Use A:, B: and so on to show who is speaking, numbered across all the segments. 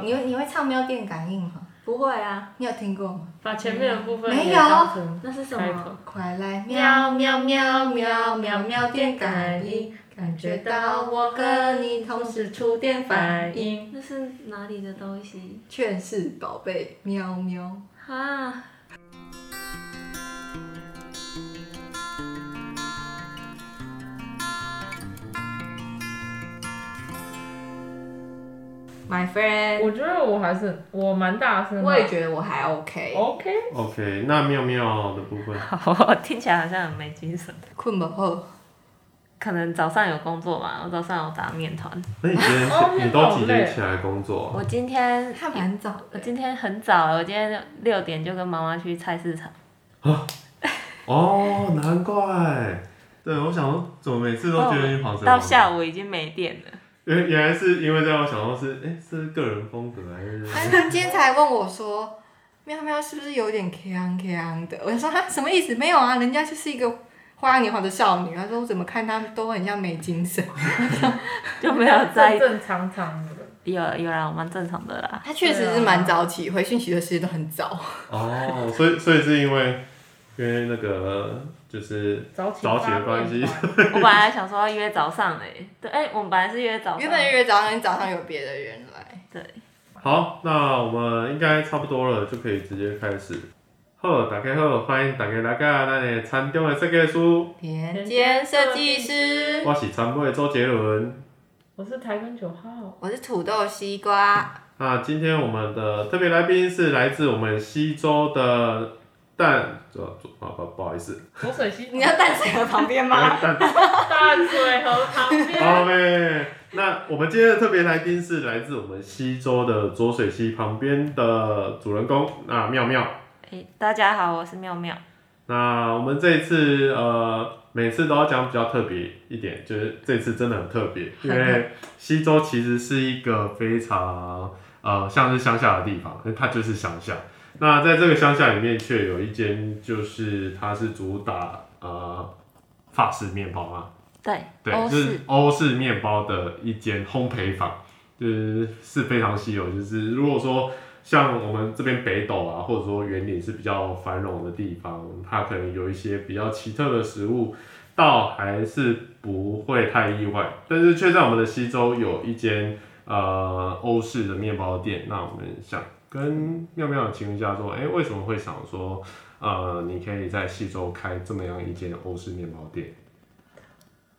A: 你会你会唱喵电感应吗？
B: 不会啊，
A: 你有听过吗？
C: 把前面的部分
A: 没有
C: 也当成
B: 那是什
C: 开
B: 么？
C: 头。
A: 快来喵喵喵喵喵喵电感应，感觉到我和你同时触电反应。
B: 那是哪里的东西？
A: 劝世宝贝喵喵，
B: 哈，
A: My friend，
C: 我觉得我还是我蛮大声的。
A: 我也觉得我还 OK，
C: OK。
D: OK，那妙妙的部分，
E: 好， 听起来好像很没精神。
A: 困不后
E: 可能早上有工作嘛，我早上有打面团。
D: 那你今天
C: 哦
D: 起你都几点起来工作啊？
E: 我今天
A: 还蛮早
E: 我
A: 的。
E: 今天很早，我今天六点就跟妈妈去菜市场。
D: 哦，难怪。对，我想说，怎么每次都觉得你跑神
E: 哦到下
D: 午，
E: 午已经没电 了。
D: 原原来是因为这样，我想到是，哎、是个人风格还是？
A: 他今天才问我说，喵喵是不是有点 k a n k a n 的？我就说他什么意思？没有啊，人家就是一个花样年华的少女。他说我怎么看她都很像没精神。
E: 就没有
C: 正
E: 在
C: 正常常的。
E: 有有啦，我蛮正常的啦。
A: 她确实是蛮早起，回讯息的时间都很早。
D: 哦，所以所以是因为因为那个就是
C: 早起
D: 早起的关系
C: 发面
E: 我本来想说要约早上诶、对，哎、我们本来是约早上
A: 原，本约早上，你早上有别的人来。
E: 对，
D: 好，那我们应该差不多了，就可以直接开始。好，大家好，欢迎大家来到咱的餐中的设计师，
A: 田间设计师，
D: 我是餐的周杰伦。
C: 我是台根九号，
A: 我是土豆西瓜。
D: 那今天我们的特别来宾是来自我们西周的淡，呃不不不好意思，哎
C: 左
D: 哦
C: 水溪
A: 你要淡水河旁边 吗？
D: 淡
C: 淡水河旁边。
D: 好嘞，那我们今天的特别来宾是来自我们西周的浊水溪旁边的主人公，那妙妙。
E: 哎、大家好，我是妙妙。
D: 那我们这一次呃，每次都要讲比较特别一点，就是这次真的很特别，因为西周其实是一个非常呃像是乡下的地方，它就是乡下。那在这个乡下里面，却有一间就是它是主打呃法式面包嘛，
E: 对，哦
D: 对，
E: 欧
D: 就是
E: 式
D: 欧式面包的一间烘焙坊，就是是非常稀有。就是如果说像我们这边北斗啊，或者说园林是比较繁荣的地方，它可能有一些比较奇特的食物，倒还是不会太意外。但是却在我们的西周有一间呃欧式的面包店，那我们想跟妙妙请问一下，说，哎、为什么会想说？呃，你可以在西周开这么样一间欧式面包店。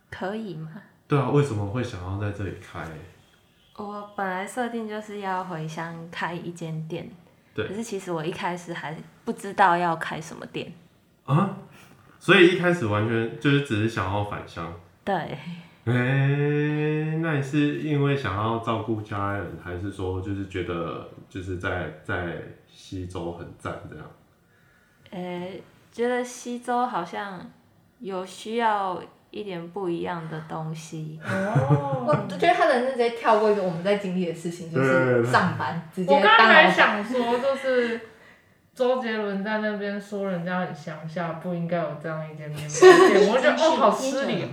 E: 可以吗？
D: 对啊，为什么会想要在这里开？
E: 我本来设定就是要回乡开一间店，
D: 对
E: 可是其实我一开始还不知道要开什么店。
D: 啊？所以一开始完全就是只是想要返乡。
E: 对，
D: 哎、那你是因为想要照顾家人，还是说就是觉得就是在在西周很赞这样？
E: 呃，觉得西周好像有需要一点不一样的东西。
A: 我
C: 哦，
A: 觉得他人是直接跳过一个我们在经历的事情，就是上班直接
C: 我刚
A: 当
C: 才
A: 老板。
C: 想说，就是周杰伦在那边说人家很乡下，不应该有这样一间面包店，我觉得哦，好失礼
D: 哦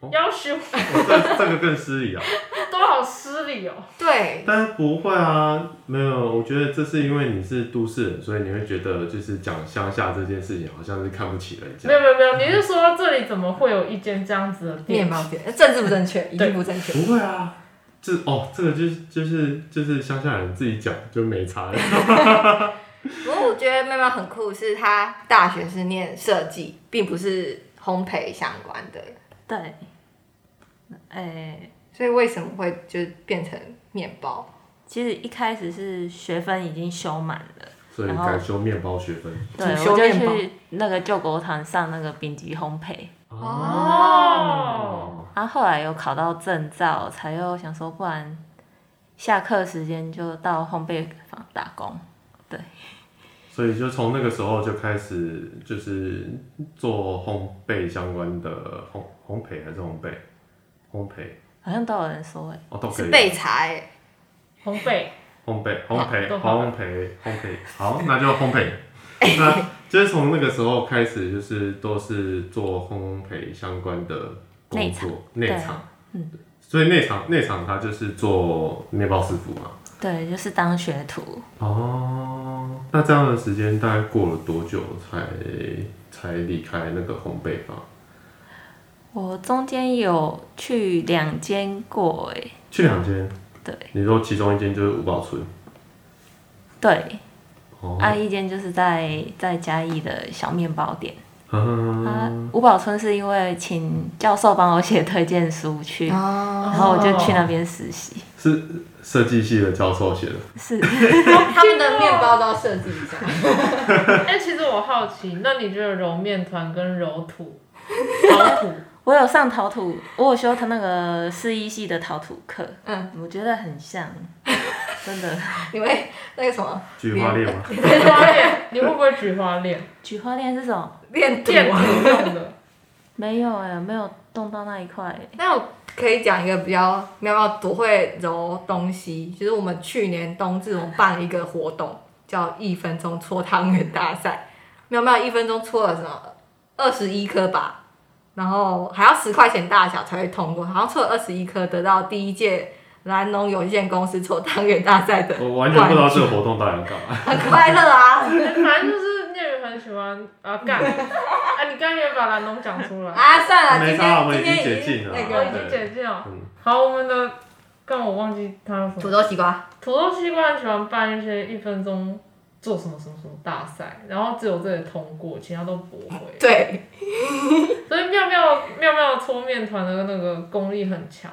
C: 哦，要求
D: 哦、这这个更失礼啊！
C: 都好失礼哦。
A: 对，
D: 但是不会啊，没有，我觉得这是因为你是都市人，所以你会觉得就是讲乡下这件事情好像是看不起人家
C: 没。有没有没有，你是说这里怎么会有一间这样子的
A: 面
C: 店？
A: 包店政治不正确，一定不正确。
D: 不会啊，这哦，这个就是就是就是乡下人自己讲就没差。
A: 不过我觉得妹妹很酷，是她大学是念设计，并不是烘焙相关的，
E: 对，哎。
A: 所以为什么会就变成面包？
E: 其实一开始是学分已经修满了，
D: 所以
E: 然后
D: 改修面包学分。
E: 对，
A: 修
E: 我就
A: 面包
E: 去那个救国堂上那个丙级烘焙，
C: 哦，
E: 然后后来有考到证照，才又想说，不然下课时间就到烘焙坊打工。
D: 所以就从那个时候就开始，就是做烘焙相关的烘烘焙还是烘焙，烘焙
E: 好像都有人说、欸，
D: 哦都可
A: 是
D: 以。
A: 备茶、欸，
C: 烘焙
D: 烘焙烘焙
C: 都好
D: 烘焙烘焙，好，那就烘焙。 那就是从那个时候开始，就是都是做烘焙相关的工作，内
E: 内场
D: 场。所以内场内场他就是做面包师傅嘛。
E: 对，就是当学徒。
D: 哦，那这样的时间大概过了多久才才离开那个烘焙坊？
E: 我中间有去两间过，哎，
D: 去两间，
E: 对
D: 你说其中一间就是五宝村，
E: 对，
D: 哦，
E: 啊，一间就是在在嘉义的小面包店。
D: 嗯
E: 啊，五宝村是因为请教授帮我写推荐书去，
A: 哦，
E: 然后我就去那边实习。
D: 是设计系的教授写的，
E: 是，
A: 他们的面包都要设计一下，
C: 哎、其实我好奇，那你觉得揉面团跟揉 土、刨土，
E: 我有上陶土，我有修他那个四一系的陶土课，
A: 嗯，
E: 我觉得很像，真的。
A: 你会那个什么
D: 菊花恋吗？
C: 菊花恋，你会不会菊花 恋？
E: 菊花恋是什么？
A: 练图
C: 电
A: 啊？
C: 土用的，
E: 没有哎、没有动到那一块、欸。
A: 那我可以讲一个比较妙妙多会揉东西，就是我们去年冬至我们办了一个活动，叫一分钟搓汤圆大赛。妙妙一分钟搓了什么二十一颗吧，然后还要十块钱大小才会通过，好像搓了二十一颗，得到第一届蓝农有限公司搓汤圆大赛的
D: 我完全不知道
A: 冠
D: 这个活动到底要干
A: 军，
D: 嘛。
A: 很快乐啊！
C: 反正就是念宇很喜欢啊干 啊！你刚刚也把蓝龙讲出 来，
A: 啊，算了，
D: 没
A: 今
D: 差
A: 天今
D: 我们已经
A: 天
D: 解禁了啊
A: 那
C: 我已
A: 个
C: 经解禁了。
D: 嗯，
C: 好，我们的，但我忘记他什
A: 土
C: 么。
A: 豆西瓜，
C: 土豆西瓜很喜欢办一些一分钟做什么什么什么大赛，然后只有这里通过，其他都驳回。
A: 对，
C: 所以妙妙妙妙搓面团的那个功力很强，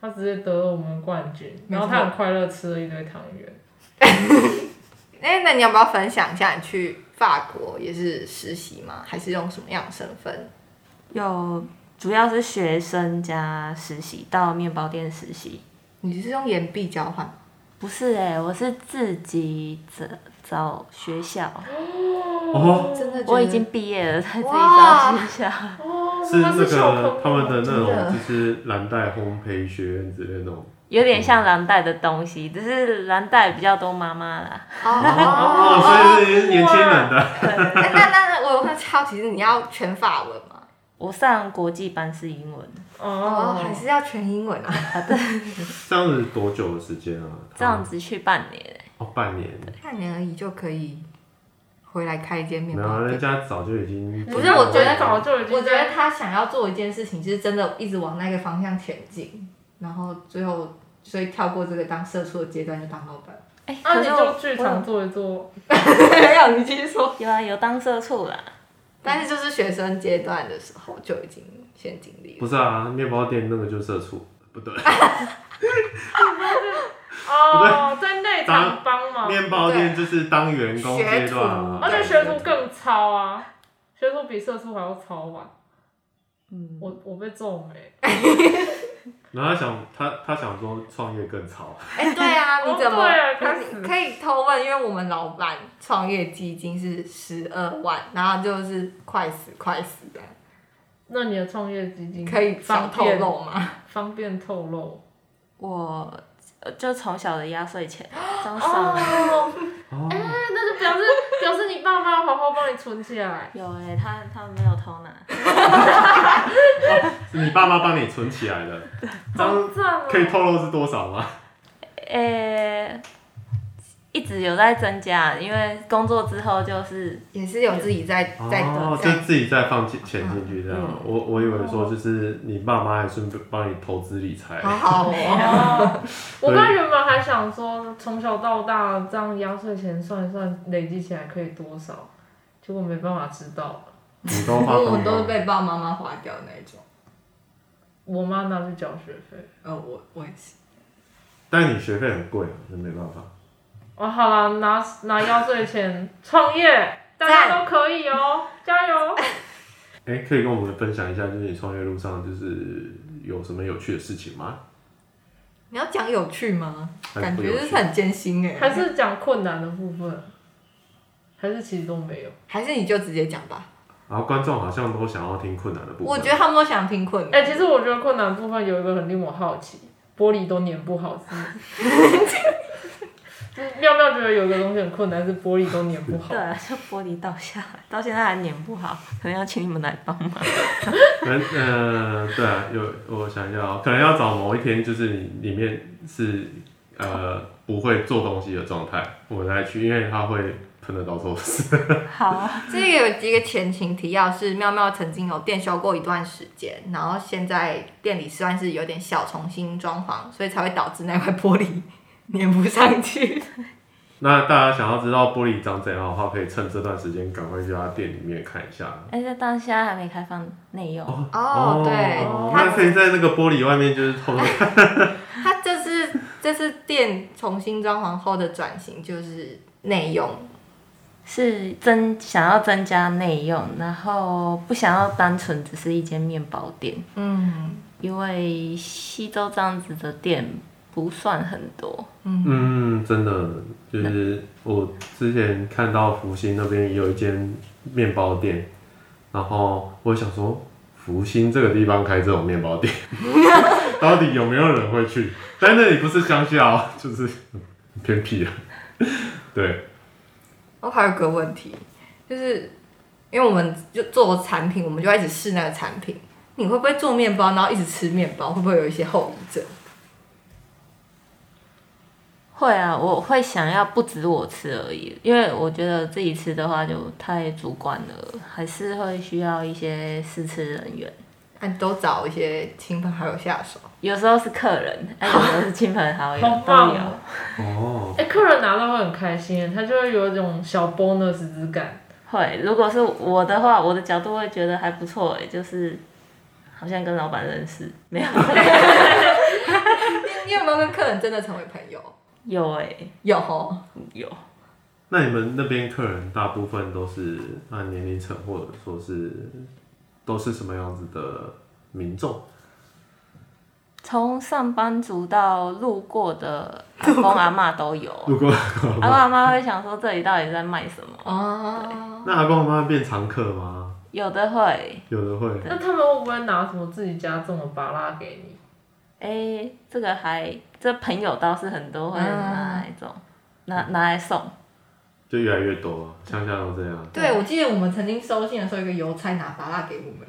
C: 他直接得了我们冠军，
A: 没错
C: 然后他很快乐吃了一堆汤圆。
A: 哎、那你要不要分享一下你去法国也是实习吗？还是用什么样的身份？
E: 有主要是学生加实习，到面包店实习。
A: 你是用岩壁交换吗？
E: 不是哎、我是自己找找学校，
D: 哦，
A: 真的觉得
E: 我已经毕业了，才自己
A: 哇
E: 找学校。
C: 哦，
D: 是那
C: 是小
D: 个
C: 坑
D: 他们的那
A: 真的
D: 种就是蓝带烘焙学院之类的那种。
E: 有点像蓝带的东西，只是蓝带比较多妈妈啦。
A: 哦，
D: 哦，所以是年轻人的。
A: 那那那我很好奇，你要全法文吗？
E: 我上国际班是英文，
A: 哦
C: 哦，，
A: 还是要全英文啊？
D: 这样子多久的时间啊？
E: 这样子去半年欸、
D: 哦，半年。
A: 半年而已就可以回来开一间面
D: 没有
A: 包
D: 啊，
A: 店。
D: 人家早就已经
A: 不是
C: 啊
A: 我觉得
C: 早就已
A: 我
C: 经
A: 觉得
C: 在啊
A: 他想要做一件事情，就是真的一直往那个方向前进，然后最后所以跳过这个当社畜的阶段，就当老板。
E: 哎、
C: 啊，
E: 可
C: 你
E: 是
C: 就
E: 我
C: 剧
E: 我
C: 场做一做，
A: 没有，你继续说。
E: 有有啊，有当社畜啦。
A: 但是就是学生阶段的时候就已经先经历了。
D: 不是啊，面包店那个就社畜，不对，
C: 哦，在内场
D: 当
C: 帮忙，
D: 面包店就是当员工阶段啊。
C: 而且哦学徒更糙啊，学徒比社畜还要糙吧？
E: 嗯，
C: 我我被揍没？
D: 然后他想他他想说创业更潮，
A: 哎、对啊，
C: 哦
A: 你怎么？
C: 对啊开始
A: 你可以偷问，因为我们老板创业基金是十二万，然后就是快死快死的，
C: 那你的创业基金
A: 可以少
C: 方
A: 透
C: 便
A: 露吗？
C: 方便透露
E: 我呃就从小的压岁钱都少。
C: 哦
D: 哦，
C: 哎那就表示表示你爸妈好好帮你存起 来。
E: 有哎、他他没有偷拿，
D: 你爸妈帮你存起来了，这
C: 好
D: 样
C: 赞哦！
D: 嗯可以透露是多少吗？
E: 诶、一直有在增加，因为工作之后就是
A: 也是有自己在在
D: 哦，就
A: 在嗯
D: 自己再放钱钱进去这样。我我以为说就是你爸妈还顺便帮你投资理财，
A: 好好 哦，
C: 哦，我
D: 对
C: 刚原本还想说，从小到大这样压岁钱算一算，累积起来可以多少，结果没办法知道。
D: 你都花
A: 因为哦我
D: 光
A: 都是
D: 光。
A: 被爸爸妈妈花掉那一种。
C: 我妈拿去缴学费。
A: 呃，我我也是，
D: 但你学费很贵啊，那没办法。
C: 哦，好了，拿拿压岁钱创业，大家都可以哦，加 油！
D: 哎、可以跟我们分享一下，就是你创业路上就是有什么有趣的事情吗？
A: 你要讲有趣吗？
D: 还
A: 感
D: 不
A: 觉
D: 有
A: 就是
D: 趣
A: 很艰辛哎、
C: 还是讲困难的部分，还是其实都没有。
A: 还是你就直接讲吧，
D: 然后观众好像都想要听困难的部分。
A: 我觉得他们都想听困
C: 哎、
A: 难。
C: 其实我觉得困难部分有一个很令我好奇，玻璃都粘不好是吗。 就是妙妙觉得有一个东西很困难，是玻璃都粘不好
E: 对。啊，就玻璃倒下来，到现在还粘不好，可能要请你们来帮忙。
D: 可能呃，对啊，有我想一下哦，可能要找某一天，就是你里面是呃不会做东西的状态，我们再去，因为它会喷的到处都是。
E: 好啊，
A: 这个有几个前情提要是妙妙曾经有店修过一段时间，然后现在店里算是有点小重新装潢，所以才会导致那块玻璃粘不上去。
D: 那大家想要知道玻璃长怎样的话，可以趁这段时间赶快去他店里面看一下。
E: 而且到现在还没开放内用，
A: 哦，对，
D: 那
A: 它
D: 可以在那个玻璃外面就是偷偷看。
A: 它这是这是店重新装潢后的转型，就是内用。
E: 是增想要增加内用，然后不想要单纯只是一间面包店，
A: 嗯
E: 因为西周这样子的店不算很多。
D: 嗯，真的，就是我之前看到福星那边也有一间面包店，然后我想说，福星这个地方开这种面包店， 到底有没有人会去？但那里不是乡下哦，就是偏僻啊。对，
A: 我哦还有个问题，就是因为我们就做产品，我们就要一直试那个产品。你会不会做面包，然后一直吃面包，会不会有一些后遗症？
E: 会啊，我会想要不止我吃而已，因为我觉得自己吃的话就太主观了，还是会需要一些试吃人员。
A: 那你都找一些亲朋好友下手，
E: 有时候是客人，哎，有时候是亲朋好友
C: 好
E: 都
C: 棒哦
E: 有。
D: 哦，
C: 哎、客人拿到会很开心，他就会有一种小 bonus 之感。
E: 会，如果是我的话，我的角度会觉得还不错，哎，就是好像跟老板认识，没 有
A: 你你有没有跟客人真的成为朋友？
E: 有哎
A: 有哦，
E: 有，
D: 那你们那边客人大部分都是按年龄层，或者说是都是什么样子的民众？
E: 从上班族到路过的阿公阿嬷都有，
D: 如果
E: 阿公阿嬷会想说这里到底在卖什么，
A: 哦，
D: 那阿公阿妈变常客吗？
E: 有的会。
D: 有的会。
C: 那他们会不会拿什么自己家种的芭拉给你？
E: 哎、这个还这朋友倒是很多会拿来种，拿拿来送，
D: 就越来越多啊，乡下都这样。
A: 对，我记得我们曾经收信的时候，有一个邮差拿芭拉给我们，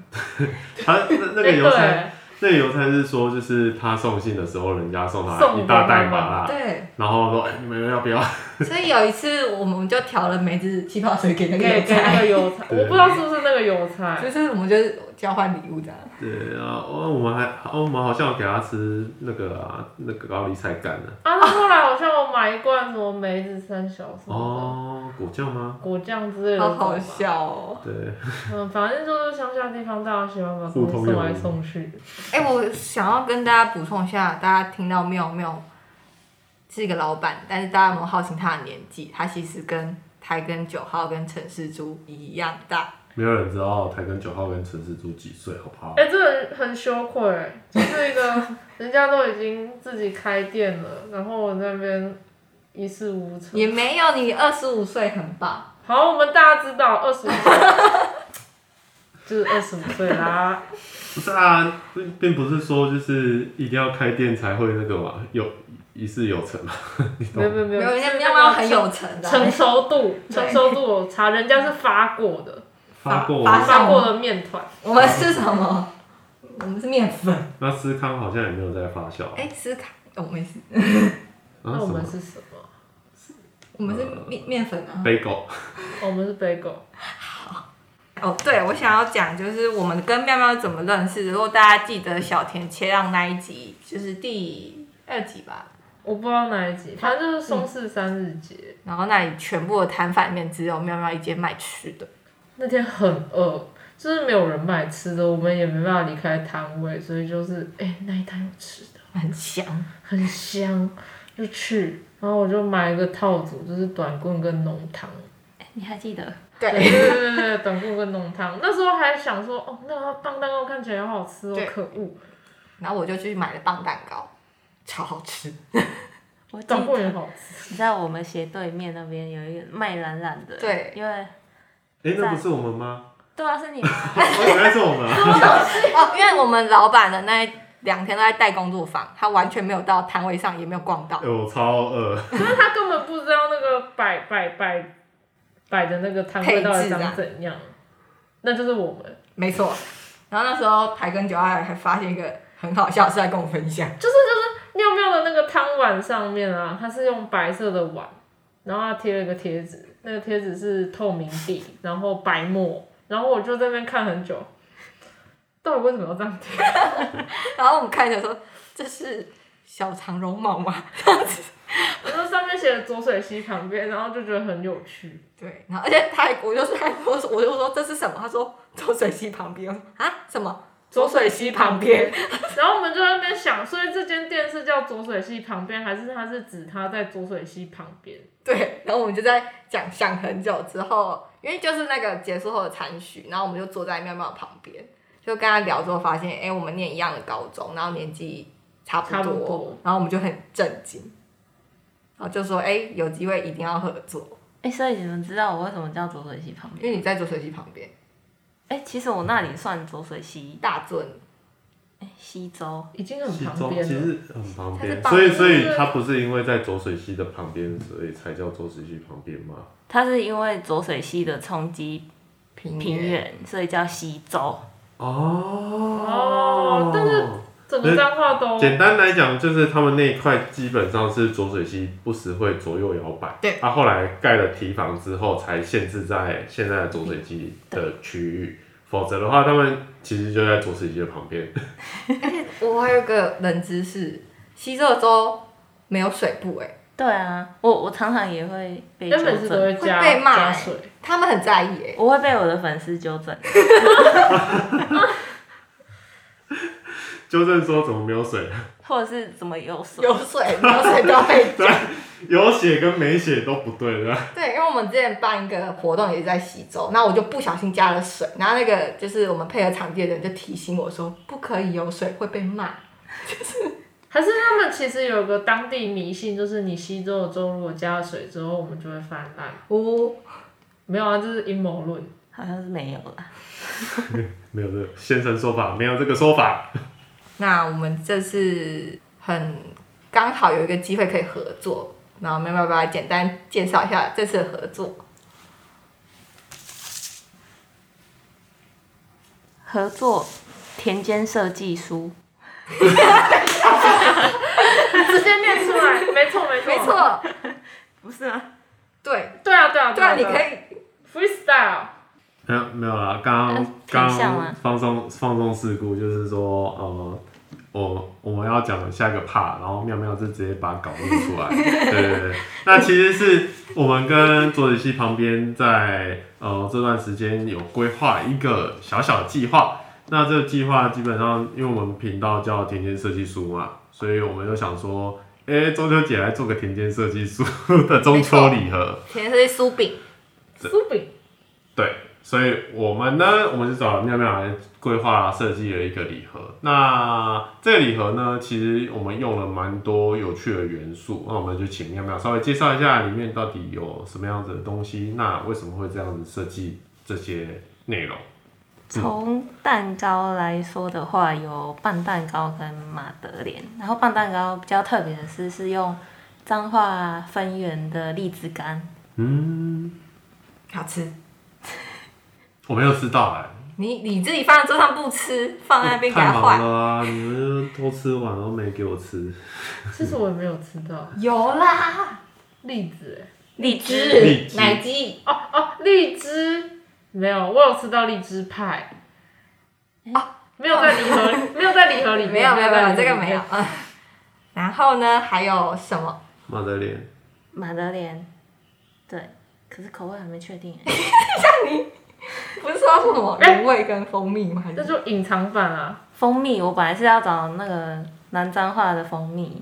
D: 他那那
C: 哎对，
D: 个邮差，那个邮差是说，就是他送信的时候，人家送他
C: 送
D: 一大袋
C: 给他
D: 麻辣，
A: 对，
D: 然后说、哎，你们要不要？
A: 所以有一次我们就调了梅子气泡水给那个
C: 给
A: 邮
C: 给那
A: 差，
C: 个邮 差，
D: 对
C: 我不知道是不是那个邮差。
A: 就是我们就是交换礼物这样。
D: 对啊，哦，我们还哦，我们好像有给他吃那个啊，那个高丽菜干呢、
C: 啊，那后来好像我买一罐什么梅子三小什么
D: 哦，果酱吗
C: 的？果酱之类的，
A: 好好。笑哦！
D: 对，
C: 嗯，反正就是乡下地方，大家喜欢把
D: 互
C: 东
D: 通
C: 西
D: 有无
C: 送来送去。
A: 哎、我想要跟大家补充一下，大家听到妙妙是一个老板，但是大家有没有好奇他的年纪？他其实跟台跟九号跟陈世珠一样大。
D: 没有人知道台根九号跟陈世珠几岁，好不好？
C: 哎、这很很羞愧、就是一个人家都已经自己开店了，然后我那边一事无成。
A: 也没有，你二十五岁很棒。
C: 好，我们大家知道二十五岁，就是二十五岁啦。
D: 不是啊，并并不是说就是一定要开店才会那个嘛，有一事有成嘛，你
C: 没
D: 懂
C: 有
D: 吗？
C: 没有没
A: 没
C: 有，
A: 有，
C: 是
A: 人
C: 那
A: 家
C: 个
A: 要很有成的，
C: 成熟度，
A: 对
C: 成熟度有差，人家是发过的，
D: 发过
A: 发
C: 发过的面团。
A: 我们是什么？我们是面粉。
C: 哦
D: 那思康好像也没有在发酵啊，
A: 哎、思考，我们是，
D: 啊
C: 那
D: 什
C: 我们
D: 么
C: 是什么？
A: 我们是
C: 呃
A: 面面粉啊。
D: bagel。
C: 我们是 bagel。
A: 哦，对，我想要讲就是我们跟妙妙怎么认识。如果大家记得小田切让那一集，就是第二集吧。
C: 我不知道哪一集，反正就是松氏三日节、
A: 然后那里全部的摊贩里面只有妙妙一间卖吃的，
C: 那天很饿，就是没有人买吃的，我们也没办法离开摊位，所以就是哎、那一摊有吃的，
A: 很香。
C: 很香，就去，然后我就买一个套组，就是短棍跟浓汤。
E: 你还记得？
C: 对
A: 对，
C: 对对对对，短棍跟浓汤。那时候还想说，哦，那个棒蛋糕看起来好好吃哦
A: 对，
C: 可恶，
A: 然后我就去买了棒蛋糕，超好吃。
E: 我记
C: 短棍也
E: 得，
C: 好吃。
E: 你知道我们斜对面那边有一个卖懒懒的，
A: 对
E: 因为
D: 哎、那不是我们吗？
E: 对啊，是你 吗
D: 我以为是我们、啊。
A: 哦，因为我们老板的那两天都在带工作坊，他完全没有到摊位上，也没有逛到
D: 哎。我超饿，
C: 就是他根本不知道那个摆摆摆摆的那个摊位到底长怎样，那就是我们，
A: 没错。然后那时候台根九二还发现一个很好笑的事，在跟我分享。
C: 就是就是妙妙到的那个汤碗上面啊，它是用白色的碗，然后它贴了一个贴纸，那个贴纸是透明地，然后白沫，然后我就在那边看很久，到底为什么要这样 贴？
A: 然后我们看着说这是小长绒毛吗？
C: 我说上面写了浊水溪旁边，然后就觉得很有趣。
A: 对，然后而且他还我就是还我我就说这是什么？他说浊水溪旁边我说啊什么？浊水溪旁边，
C: 然后我们就在那边想，所以这间店是叫浊水溪旁边，还是它是指它在浊水溪旁边？
A: 对，然后我们就在讲想很久之后，因为就是那个结束后的餐叙，然后我们就坐在妙妙旁边，就跟他聊之后发现，哎、我们念一样的高中，然后年纪差不多，
C: 差不多
A: 然后我们就很震惊，然后就说，哎、有机会一定要合作，
E: 哎、所以你们知道我为什么叫浊水溪旁边？
A: 因为你在浊水溪旁边，
E: 哎、其实我那里算浊水溪
A: 大尊，
E: 哎西洲，
C: 已经很
D: 西
C: 旁
D: 中
C: 边
D: 其
C: 了。
D: 实很旁
A: 它是
D: 边，
A: 旁
D: 所以
A: 边
D: 所以它不是因为在浊水溪的旁边，所以才叫浊水溪旁边吗？
E: 它是因为浊水溪的冲击
A: 平
E: 平原，所以叫西洲。
D: 哦
C: 哦但是整个脏话都
D: 简单来讲，就是他们那一块基本上是浊水溪不时会左右摇摆。
A: 对
D: 他、后来盖了堤防之后，才限制在现在的浊水溪的区域，否则的话，他们其实就在浊水溪的旁边。
A: 我还有一个冷知识，西热州没有水部、哎，
E: 对啊，我我常常也会被纠
C: 原本是都
E: 正，
C: 会加
A: 会被骂
C: 加
D: 欸
C: 水，
A: 他们很在意、哎，
E: 我会被我的粉丝纠正。
D: 纠正说怎么没有水，
E: 或者是怎么有水？
A: 有水没有水都要被
D: 有血跟没血都不对的。
A: 对，因为我们之前办一个活动也是在西州，那我就不小心加了水，然后那个就是我们配合场地的人就提醒我说不可以有水会被骂。
C: 还是他们其实有个当地迷信，就是你西周的粥如果加了水之后，我们就会泛滥。
A: 哦，
C: 没有啊，这是阴谋论。
E: 好像是没有啦。
D: 没有这个先生说法，没有这个说法。
A: 那我们这次很刚好有一个机会可以合作，然后我们要不要简单介绍一下这次的合作？
E: 合作田间设计书，
C: 直接念出来，没错没 错
A: 没，错，
E: 不是啊？
A: 对
C: 对啊对啊
A: 对啊，你可
C: 以
A: 以
C: freestyle，
D: 没有没有啦，刚
E: 呃
D: 刚
E: 偏
D: 刚
E: 向吗
D: 刚放松放松事故，就是说呃，我我们要讲的下一个 part，然后妙妙就直接把稿念出来。对对对，那其实是我们跟左子溪旁边在呃这段时间有规划一个小小的计划。那这个计划基本上，因为我们频道叫田间设计书嘛，所以我们就想说，哎、中秋节来做个田间设计书的中秋礼盒。
A: 填这些酥饼，
C: 酥饼
D: 对，所以我们呢，我们就找了妙妙来规划设计了一个礼盒。那这个礼盒呢，其实我们用了蛮多有趣的元素。那我们就请妙妙稍微介绍一下里面到底有什么样子的东西，那为什么会这样子设计这些内容？
E: 从蛋糕来说的话，有棒蛋糕跟马德莲。然后棒蛋糕比较特别的是，是用彰化分园的荔枝干。
D: 嗯，
A: 好吃。
D: 我没有吃到哎、
A: 你你自己放在桌上不吃，放在那边给
D: 太
A: 他
D: 忙
A: 坏。
D: 了啊！你们都吃完然后没给我吃，
C: 其实我也没有吃到哦
A: 有啦，
C: 栗子哎、
E: 荔
D: 荔
A: 荔
D: 枝
A: 奶鸡
C: 哦哦荔枝没有，我有吃到荔枝派啊，没有在礼盒，没有在礼盒里面，
A: 哦没有没有没有，
C: 在礼盒
A: 这个
C: 里面
A: 没有。嗯 然后呢，还有什么？
D: 马德莲，
E: 马德莲，对，可是口味还没确定欸、
A: 不是说什么原味跟蜂蜜吗？还
C: 那
A: 哎是
C: 就隐藏版啊，
E: 蜂蜜，我本来是要找那个南彰化的蜂蜜，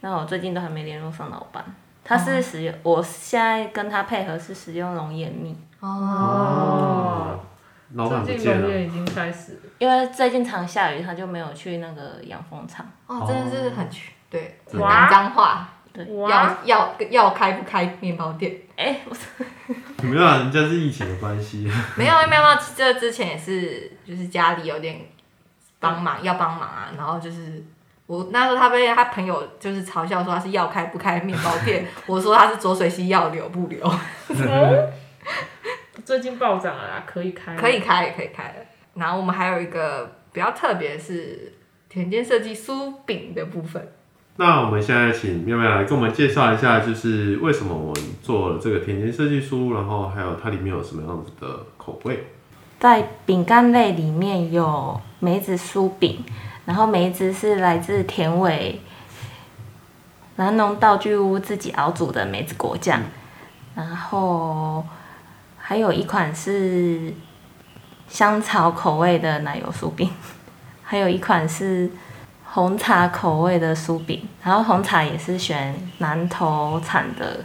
E: 那我最近都还没联络上老板。他是使用，我现在跟他配合是使用龙眼蜜，
D: 哦
C: 哦，
D: 老板不
C: 最近
D: 见
C: 农
D: 了，
C: 业已经开始了，
E: 因为最近常下雨，他就没有去那个养蜂场。
A: 哦，真的是很去对，
D: 真的
A: 南彰化
C: 哇，
A: 要要要开不开面包店？
E: 哎、
D: 没有啊，人家是疫情的关系。
A: 没有没有没有，这之前也是就是家里有点帮忙要帮忙啊，然后就是。我那时候他被他朋友就是嘲笑说他是要开不开面包 店，我说他是浊水溪要留不留，
C: 最近暴涨了啦，可以开，
A: 可以，开也可以开了。然后我们还有一个比较特别是田间设计酥饼的部分，
D: 那我们现在请妙妙来跟我们介绍一下，就是为什么我们做了这个甜甜设计书，然后还有它里面有什么样子的口味。
E: 在饼干类里面有梅子酥饼，然后梅子是来自田尾南农道具屋自己熬煮的梅子果酱，然后还有一款是香草口味的奶油酥饼，还有一款是红茶口味的酥饼，然后红茶也是选南投产的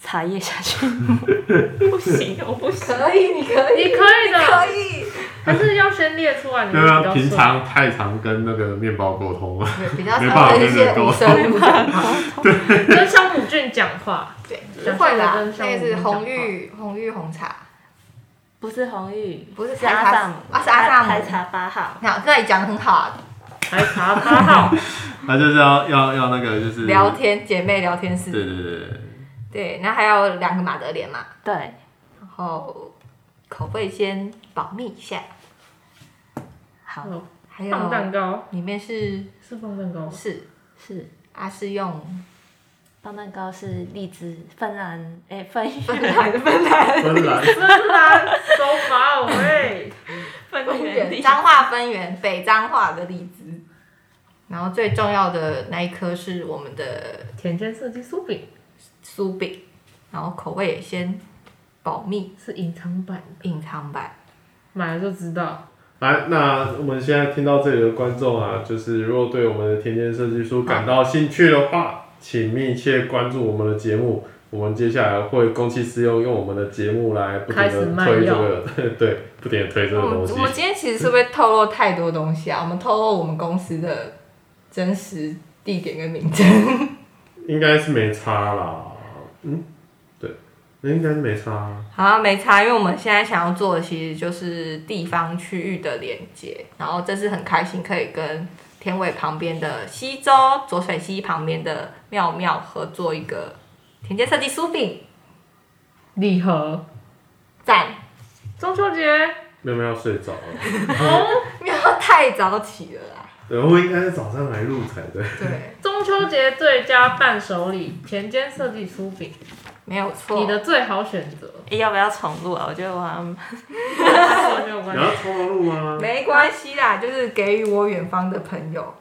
E: 茶叶下去，不行，我不行。
A: 可以，你可以，
C: 你可以的
A: 可以。
C: 还是要先列出
A: 嗯
C: 来，你
D: 妙
C: 们比
D: 妙
C: 较
D: 啊平
C: 顺。
D: 常太常跟那个面包沟通了，
A: 比较
D: 没办法
A: 常跟一些
D: 跟人沟
A: 无声 无讲 话，
C: 跟香母菌讲话，
A: 对，会啦
C: 跟，
A: 那
C: 像
A: 个
C: 我
A: 是
C: 们
A: 红
C: 讲
A: 玉红玉红茶。
E: 不是红玉，
A: 不是
E: 是
A: 台
E: 阿
A: 茶
E: 萨姆，
A: 啊是阿萨姆
E: 台茶八号。
A: 那那你讲的很好啊，
C: 还查他 号，
D: 那就是要要要那个就是
A: 聊，天姐妹聊天
D: 对
A: 室，
D: 对对对对。
A: 对，那还有两个马德莲嘛，
E: 对，
A: 然后口味先保密一下，
E: 好
C: 哦
A: 还有
C: 放蛋糕
A: 里面是
C: 是放 蛋糕吗，
A: 是
E: 是
A: 啊是 用
E: 棒蛋糕是荔枝芬兰，哎，芬
A: 芬兰芬兰
D: 芬兰，
C: 芬兰 so far away，
A: 分园彰化分园北彰化的荔枝，然后最重要的那一颗是我们的
C: 甜甜设计酥饼
A: 酥饼，然后口味也先保密
C: 是隐藏版，
A: 隐藏版，
C: 买了就知道。
D: 来，那我们现在听到这里的观众啊，就是如果对我们的甜甜设计书感到兴趣的话，请密切关注我们的节目。我们接下来会公器私用，用我们的节目来不停
C: 开始
D: 的
C: 卖
D: 推这
C: 药
D: 个， 对，不停的推这个
A: 我
D: 东
A: 们
D: 西
A: 嗯我。们今天其实是不是透露太多东西啊？ 我们透露我们公司的真实地点跟名称，
D: 应该是没差啦，嗯，对，那应该是没差啊。
A: 好像没差，因为我们现在想要做的其实就是地方区域的连接，然后这次很开心可以跟天尾旁边的西周浊水溪旁边的妙妙合作一个田间设计酥饼，
C: 礼盒，
A: 赞！
C: 中秋节
D: 妹妹要睡着了，
C: 哦，
A: 妙太早起了啦，
D: 对，我应该是早上来录才 对。
A: 对，
C: 中秋节最佳伴手礼田间设计酥饼，
A: 没有错。
C: 你的最好选择，
E: 哎要不要重录啊？我觉得我好像
C: 没有关
D: 你
C: 系。
D: 要偷偷录吗？
A: 没关系啦，就是给予我远方的朋友。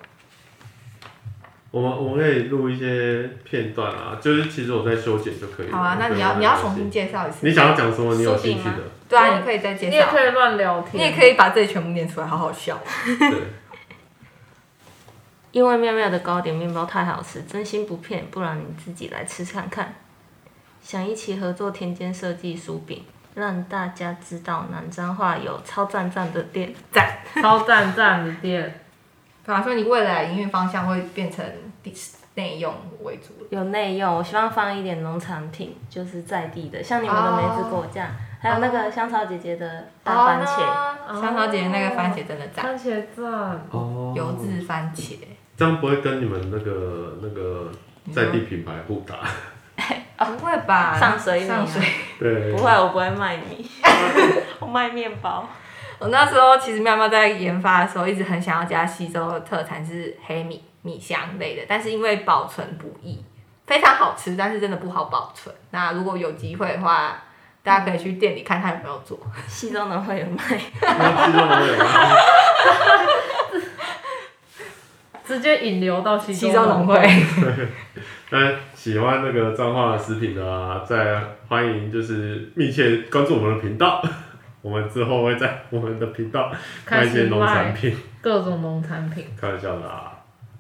D: 我们我们可以录一些片段啊，就是其实我在修剪就可以了。
A: 好啊，那你
D: 不
A: 要
D: 用
A: 你要
D: 担心
A: 重新介绍一次。
D: 你想要讲什么？你有兴趣
E: 说
D: 的，
A: 对啊，你可以再介
C: 你也
A: 绍
C: 可，以乱聊天，
A: 你也可以把这里全部念出来，好好笑。
D: 对，
E: 因为妙妙的糕点面包太好吃，真心不骗，不然你自己来吃看看。想一起合作田间设计酥饼，让大家知道南彰化有超赞赞的店。
A: 赞。
C: 超赞赞的店，
A: 对啊，所以你未来营运方向会变成内用为主。
E: 有内用，我希望放一点农产品，就是在地的，像你们的梅子果酱还有那个香草姐姐的大番茄。
A: 哦香草姐姐那个番茄真的赞，
C: 番茄赞，
D: 哦
A: 油渍番茄。
D: 这样不会跟你们那个那个在地品牌互打，
A: 不会吧？
E: 上水米啊
A: 上水。
D: 对，
E: 不会，我不会卖米， 我卖面包。
A: 我那时候其实妙妙在研发的时候，一直很想要加西周的特产是黑米米香类的，但是因为保存不易，非常好吃，但是真的不好保存。那如果有机会的话，大家可以去店里看他有没有做。
E: 西装的会有卖，
D: 那西装哪有啊？
C: 直接引流到西
A: 西
C: 周
A: 周农
C: 农会
A: 会。
D: 那哎喜欢那个彰化的食品的啊，再欢迎就是密切关注我们的频道， 我们之后会在我们的频道卖
C: 开
D: 一些
C: 始
D: 农产
C: 卖
D: 品，
C: 各种农产品。
D: 开玩笑的啊，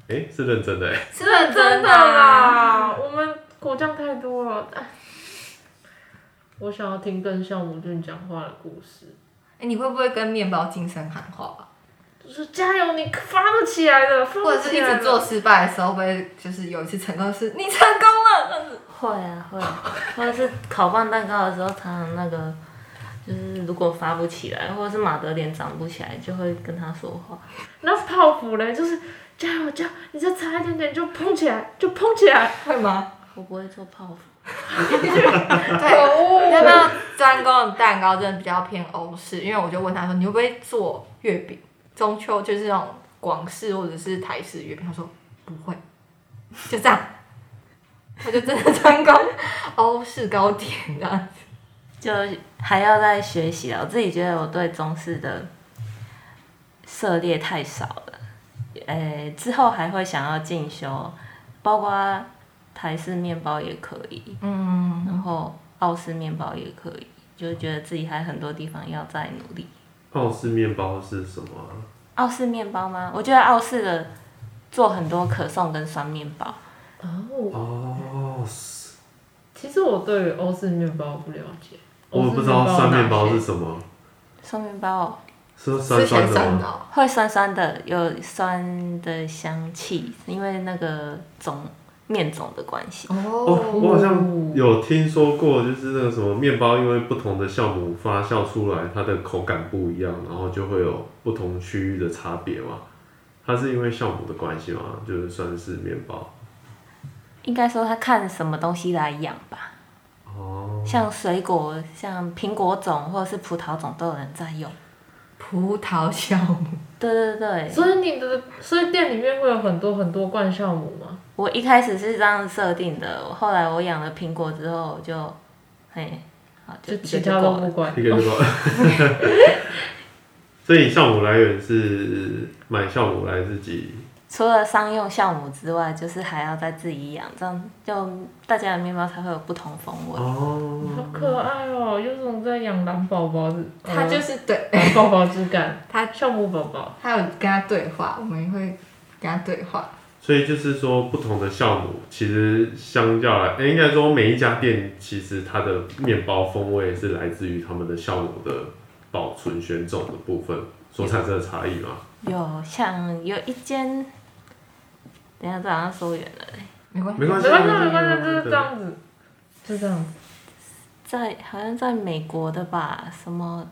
D: 哎，是认真的哎，
A: 是
C: 认真的啊啦，我们果酱太多了。哎我想要听更像吴俊讲话的故事，
A: 哎、你会不会跟面包精神喊话啊？
C: 就是加油，你发得起来的，发
A: 或
C: 得
A: 者是
C: 起
A: 一
C: 来
A: 直
C: 的
A: 做失败的时候，会不会就是有一次成功是你成功了，但是
E: 会啊会啊，或者是烤棒蛋糕的时候，常常那个就是如果发不起来，或者是马德莲长不起来，就会跟他说话。
C: 那泡芙嘞，就是加油加油，你再差一点点就碰起来，就碰起来。
A: 会吗？
E: 我不会做泡芙，
C: 哎
A: 对，
C: 哦
A: 那那 专攻的蛋糕真的比较偏欧式，因为我就问他说你会不会做月饼？中秋就是那种广式或者是台式月饼，他说不不会，就这样， 他就真的专攻欧式糕点这样。
E: 就还要再学习啊！我自己觉得我对中式的涉猎太少了，呃、之后还会想要进修，包括台式面包也可以，
A: 嗯，
E: 然后澳式面包也可以，就觉得自己还很多地方要再努力。
D: 澳式面包是什么啊、
E: 澳式面包吗？我觉得澳式的做很多可颂跟酸面包，
C: 哦，
D: 哦，是
C: 其实我对于欧式面包不了解，
D: 我也不知道酸面包是什么，
E: 酸面包哦
D: 是酸
A: 吃起来
D: 酸的
A: 酸的
D: 吗？
A: 哦，
E: 会酸酸的，有酸的香气，因为那个种面种的关系。
D: 哦，
A: 哦，
D: 我好像有听说过，就是那个什么面包，因为不同的酵母发酵出来，它的口感不一样，然后就会有不同区域的差别嘛。它是因为酵母的关系嘛，就是算是面包。
E: 应该说他看什么东西来养吧，
D: 哦，
E: 像水果、像苹果种或者是葡萄种都有人在用。
A: 葡萄酵母，
E: 对对对，
C: 所以你的，所以店里面会有很多很多罐酵母吗？
E: 我一开始是这样设定的，后来我养了苹果之后，我就，嘿，好
C: 就
E: 就一个
C: 其
E: 就
C: 他
E: 够
C: 都
E: 了
C: 不管。
D: 一个就够了。 所以酵母来源是买酵母来自己。
E: 除了商用酵母之外，就是还要再自己养，这样就大家的面包才会有不同风味。
D: 哦，
C: 好可爱哦、有种在养蓝宝宝的，
A: 他就是对
C: 呃蓝宝宝之感，
A: 他
C: 酵母宝宝，
A: 他有跟他对话，我们也会跟他对话。
D: 所以就是说，不同的酵母其实相较来，诶应该说每一家店其实它的面包风味是来自于他们的酵母的保存选种的部分所产生的差异嘛。
E: 有像有一间，等一下这好像说远了，
A: 没关系，
D: 没关
C: 没
D: 系，
C: 关系没关系，就是这样子，就这样子。
E: 在好像在美国的吧，什么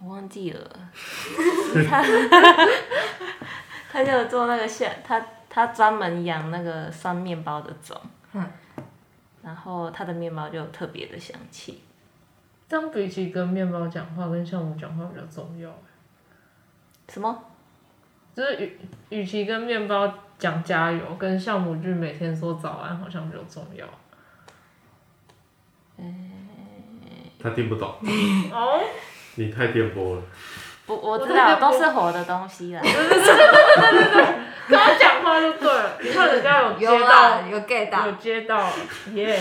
E: 我忘记 了，他他就有做那个馅，他他专门养那个酸面包的种，
A: 嗯
E: 然后他的面包就有特别的香气。
C: 这样比起跟面包讲话，跟酵母讲话比较重要。
E: 什么？
C: 就是与与其跟面包讲加油，跟酵母菌每天说早安好像比较重要。
D: 他听不懂，
C: 哦，
D: 你太电波了。
E: 不，我
C: 我
E: 知
C: 在那
E: 道
C: 边播
E: 都是活的东西啦。
C: 跟他讲话就对了，你看人家有接
A: 有
C: 到
A: 啦，，有 get 到
C: 有，接到，耶、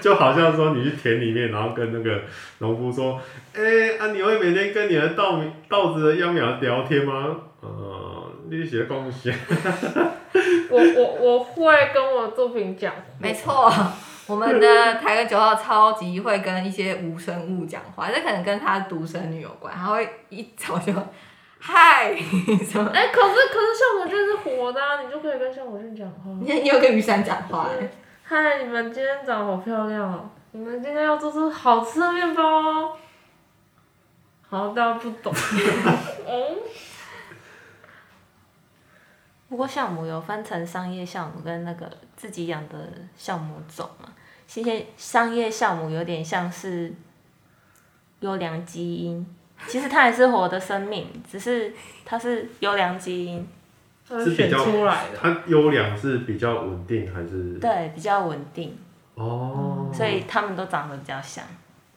D: 就好像说你去田里面，然后跟那个农夫说：“哎、啊，你会每天跟你的稻米稻子的秧苗聊天吗？”呃，你写贡献。
C: 我我我会跟我作品讲话，
A: 没错，我们 的台湾九号超级会跟一些无生物讲话，这可能跟他独生女有关，他会一早就嗨 什么，
C: 哎、可是可是酵母菌是活的、啊，你就可以跟酵母菌讲话。
A: 你你有跟雨伞讲话、
C: 嗯
A: 欸，
C: 嗨，你们今天长得好漂亮哦！你们今天要做出好吃的面包哦。好，大家不 懂。哦，
E: 不过酵母有分成商业酵母跟那个自己养的酵母种嘛。其实商业酵母有点像是优良基因，其实它也是活的生命，只是它是优良基因，
C: 它
D: 是
C: 是
D: 比
C: 选
D: 较
C: 出来的。
D: 它优良是比较稳定还是？
E: 对，比较稳定，
D: 哦，
E: 所以它们都长得比较像。